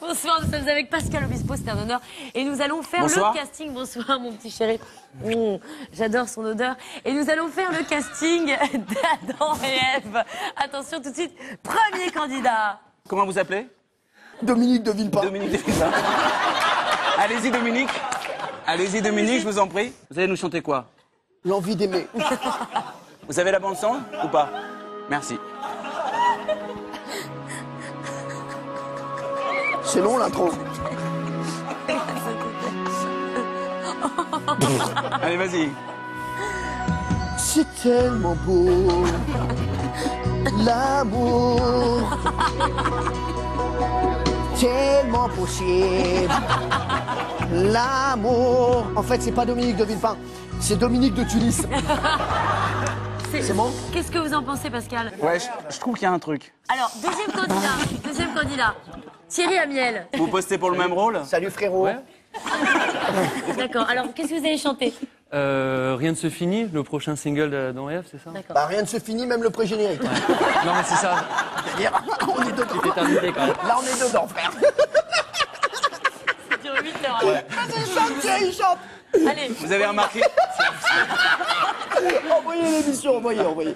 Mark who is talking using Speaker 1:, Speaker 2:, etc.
Speaker 1: Bonsoir, nous sommes avec Pascal Obispo, c'est un honneur. Et nous allons faire
Speaker 2: Bonsoir.
Speaker 1: le casting. Bonsoir, mon petit chéri. Mmh, J'adore son odeur. Et nous allons faire le casting d'Adam et Ève. Attention, tout de suite, premier candidat.
Speaker 2: Comment vous appelez
Speaker 3: Dominique devine pas.
Speaker 2: Dominique Delvin. Allez-y, Dominique. Allez-y, Dominique, je vous en prie. Vous allez nous chanter quoi
Speaker 3: L'envie d'aimer.
Speaker 2: Vous avez la bande son ou pas Merci.
Speaker 3: C'est long l'intro.
Speaker 2: Allez, vas-y.
Speaker 3: C'est tellement beau. L'amour. Tellement possible. L'amour. En fait, c'est pas Dominique de Villepin. C'est Dominique de Tunis. C'est bon
Speaker 1: Qu'est-ce que vous en pensez, Pascal
Speaker 2: Ouais, je, je trouve qu'il y a un truc.
Speaker 1: Alors, deuxième candidat. Deuxième candidat. Thierry Amiel.
Speaker 2: Vous postez pour le même rôle
Speaker 3: Salut frérot.
Speaker 4: Ouais.
Speaker 1: D'accord. Alors, qu'est-ce que vous allez chanter
Speaker 4: Euh, rien ne se finit, le prochain single d'Adam et Ève, c'est ça
Speaker 3: Bah rien ne se finit, même le pré-générique.
Speaker 4: Non, mais c'est ça,
Speaker 3: on est dedans.
Speaker 4: c'est terminé quand même.
Speaker 3: Là, on est dedans, frère.
Speaker 1: Ça dure 8 heures.
Speaker 3: Il chante, il chante.
Speaker 1: Allez.
Speaker 2: Vous avez remarqué
Speaker 3: Envoyez l'émission, envoyez, envoyez.